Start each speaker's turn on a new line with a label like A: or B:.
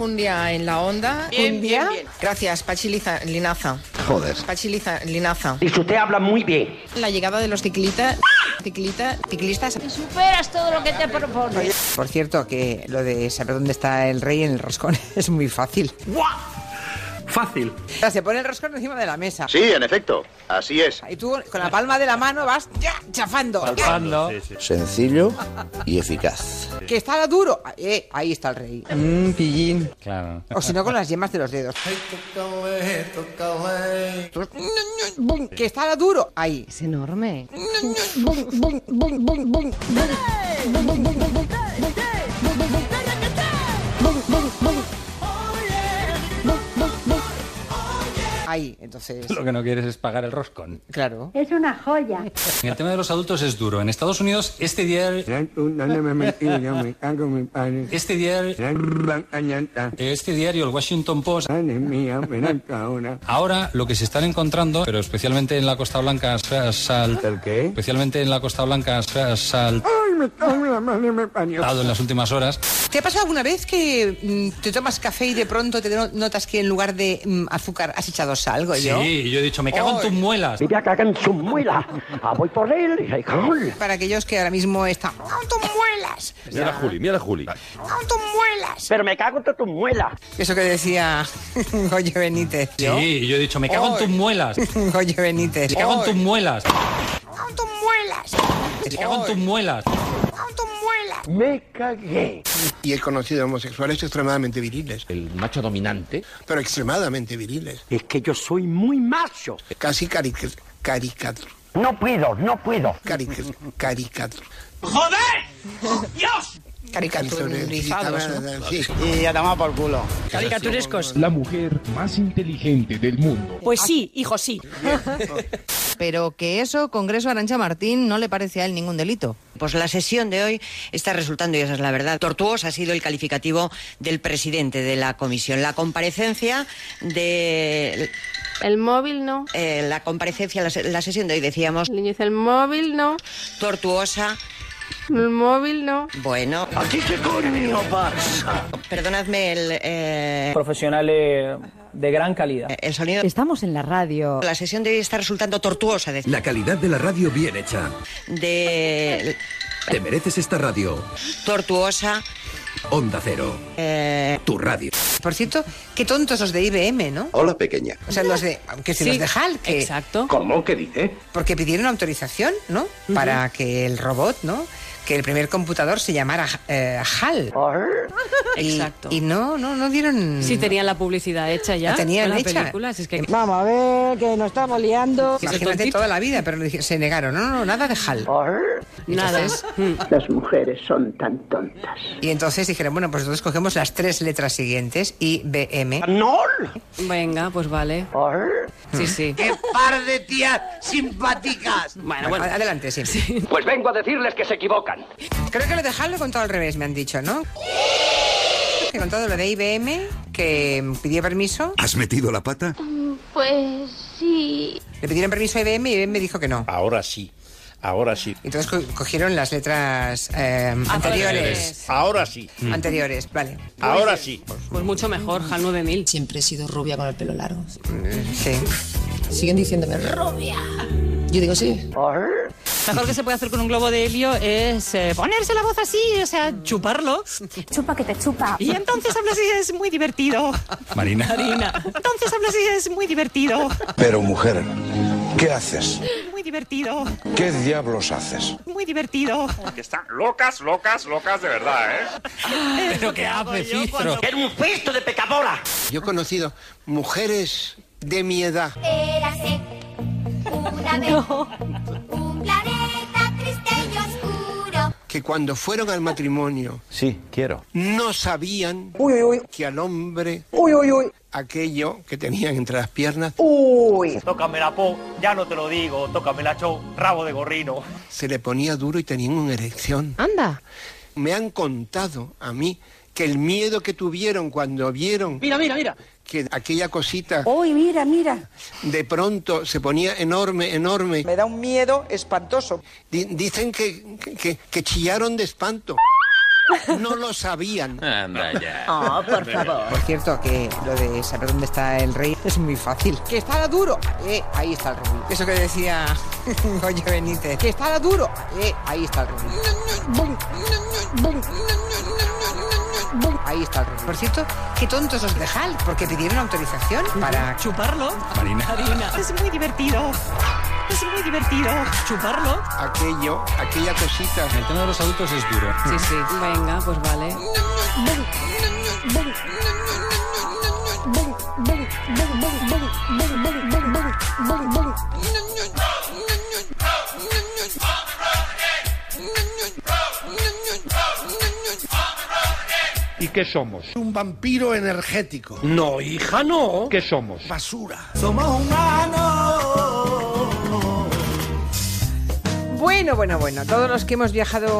A: cumbia en la onda.
B: Bien, bien, bien.
A: Gracias, Pachiliza Linaza.
C: Joder.
A: Pachiliza Linaza.
C: Y usted habla muy bien.
A: La llegada de los ciclistas. Ciclita, ciclistas.
D: Superas todo lo que te propones.
E: Por cierto, que lo de saber dónde está el rey en el roscón es muy fácil.
F: ¡Guau! Fácil.
E: O sea, se pone el roscón encima de la mesa.
G: Sí, en efecto. Así es.
E: Y tú con la palma de la mano vas ya chafando.
F: Palpando. Sí, sí.
C: Sencillo y eficaz.
E: Que está duro. Eh, ahí está el rey.
F: Mm,
H: Mmm, pillín.
I: Claro.
E: O si no, con las yemas de los dedos. Bum, Que está duro. Ahí.
D: Es enorme.
E: Bum, bum, bum, bum, bum. Ahí, entonces.
I: Lo que no quieres es pagar el roscón.
E: Claro.
D: Es una joya.
I: En el tema de los adultos es duro. En Estados Unidos, este día, este diario, este diario, el Washington Post, ahora lo que se están encontrando, pero especialmente en la Costa Blanca, sal,
F: ¿El qué?
I: especialmente en la Costa Blanca, sal, dado en las últimas horas,
E: ¿Te ha pasado alguna vez que mm, te tomas café y de pronto te no- notas que en lugar de mm, azúcar has echado sal, Goyo?
I: Sí, ¿Eh, yo he dicho, me cago en tus muelas.
C: Mira, cagan su muela. Ah, voy por él. Ay, jol.
E: Para aquellos que ahora mismo están... ¡Cuánto muelas!
J: Mira la Juli, mira la Juli.
E: ¡Cuánto muelas!
C: Pero me cago en tu- tu muela.
E: Eso que decía Goyo Benítez.
I: Sí, yo he dicho, me cago en tus
E: Hoy.
I: muelas.
E: Goyo Benítez.
I: Me cago en tus
E: Hoy.
I: muelas.
E: ¡Cuánto muelas!
I: Me cago en tus muelas.
E: ¡Cuánto muelas!
C: Me cagué.
H: Y he conocido homosexuales extremadamente viriles,
J: El macho dominante.
H: pero extremadamente viriles,
C: Es que yo soy muy macho.
H: casi caric caricatur,
C: No puedo, no puedo.
H: caric caricatur.
A: Caricaturizados, ¿no?
H: Sí.
B: Y a tomar por culo.
A: Caricaturescos.
J: La mujer más inteligente del mundo.
B: Pues sí, hijo, sí.
K: Pero que eso, Congreso Arancha Martín, no le parece a él ningún delito.
E: Pues la sesión de hoy está resultando, y esa es la verdad, tortuosa ha sido el calificativo del presidente de la comisión. La comparecencia de
D: El móvil no.
E: eh, la comparecencia, la, se- la sesión de hoy decíamos
D: El niño dice, el móvil no.
E: tortuosa.
D: El móvil no.
E: Bueno,
C: Aquí qué coño pasa.
E: perdonadme el, eh,
B: Profesionales de gran calidad.
E: el sonido.
K: Estamos en la radio.
E: La sesión de hoy está resultando tortuosa de,
F: La calidad de la radio bien hecha.
E: de-
F: Te mereces esta radio.
E: tortuosa.
F: Onda Cero.
E: eh.
F: Tu radio.
E: Por cierto, qué tontos los de IBM, ¿no?
G: Hola, pequeña.
E: O sea, los de, aunque se
B: Sí,
E: los de HAL, que
B: Exacto.
G: ¿Cómo? ¿Qué dice?
E: porque pidieron autorización, ¿no? Para que el robot, ¿no? Que el primer computador se llamara eh, HAL. Y-
B: Exacto.
E: Y, no, no, no dieron.
B: Sí, tenían la publicidad hecha ya.
E: La tenían
B: con las
E: hecha.
B: películas, es que...
E: Vamos a ver, que nos estamos liando.
B: Que se
E: Imagínate
B: tontito.
E: toda la vida, pero le dije- se negaron. No, no, nada de HAL.
B: Nada. Mm.
C: Las mujeres son tan tontas.
E: Y entonces dijeron, bueno, pues entonces cogemos las tres letras siguientes, IBM.
C: ¡No!
B: Venga, pues vale. Sí, sí.
C: ¡Qué par de tías simpáticas!
E: Bueno,
B: Bueno, bueno.
E: adelante, sí.
C: Pues vengo a decirles que se equivocan.
E: Creo que lo de HAL lo he contado al revés, me han dicho, ¿no? Que he contado lo de IBM, que pidió permiso.
F: ¿Has metido la pata?
D: Pues sí.
E: Le pidieron permiso a IBM y IBM dijo que no.
J: Ahora sí. Ahora sí.
E: Entonces co- cogieron las letras eh, anteriores.
J: Ahora sí.
E: Anteriores, vale.
J: Ahora sí.
B: Pues mucho mejor, HAL 9000.
K: Siempre he sido rubia con el pelo largo.
E: Sí.
K: Siguen diciéndome rubia. Yo digo sí.
B: Lo mejor que se puede hacer con un globo de helio es eh, ponerse la voz así, o sea, chuparlo.
D: Chupa que te chupa.
B: Y entonces hablas y es muy divertido.
I: Marina.
B: Marina. Entonces hablas y es muy divertido.
J: Pero mujer, ¿qué haces?
B: Muy divertido.
J: ¿Qué diablos haces?
B: Muy divertido.
G: Que están locas, locas, locas de verdad, ¿eh?
I: Pero que hace cifro.
C: ¡Era un puesto de pecadora!
H: Yo he conocido mujeres de mi edad.
L: Érase una vez un planeta triste y oscuro.
H: que cuando fueron al matrimonio
J: Sí, quiero.
H: no sabían que al hombre aquello que tenían entre las piernas
F: Tócame la po, ya no te lo digo. Tócame la cho, rabo de gorrino.
H: se le ponía duro y tenían una erección.
K: Anda.
H: Me han contado a mí que el miedo que tuvieron cuando vieron
B: Mira, mira, mira.
H: que aquella cosita
D: Uy, mira, mira.
H: de pronto se ponía enorme, enorme.
E: Me da un miedo espantoso.
H: Di- dicen que, que- que- que chillaron de espanto. No lo sabían.
M: Anda ya.
E: Oh, por favor. Por cierto, que lo de saber dónde está el rey es muy fácil. ¡Que está duro! Eh, ahí está el rey. Eso que decía Oye Benítez. ¡Que está duro! Eh, ahí está el rey. Bum, bum, bum. Ahí está el rey. Por cierto, qué tontos los dejal, porque pidieron autorización para...
N: ¿Chuparlo?
I: Marina.
N: Es muy divertido. Es muy divertido. ¿Chuparlo?
H: Aquello, aquella cosita.
I: El tema de los adultos es duro.
B: Sí, sí. Venga, pues vale.
O: ¿Y qué somos?
H: Un vampiro energético.
O: No, hija, no. ¿Qué somos?
H: Basura.
E: Somos humanos. Bueno, bueno, bueno. Todos los que hemos viajado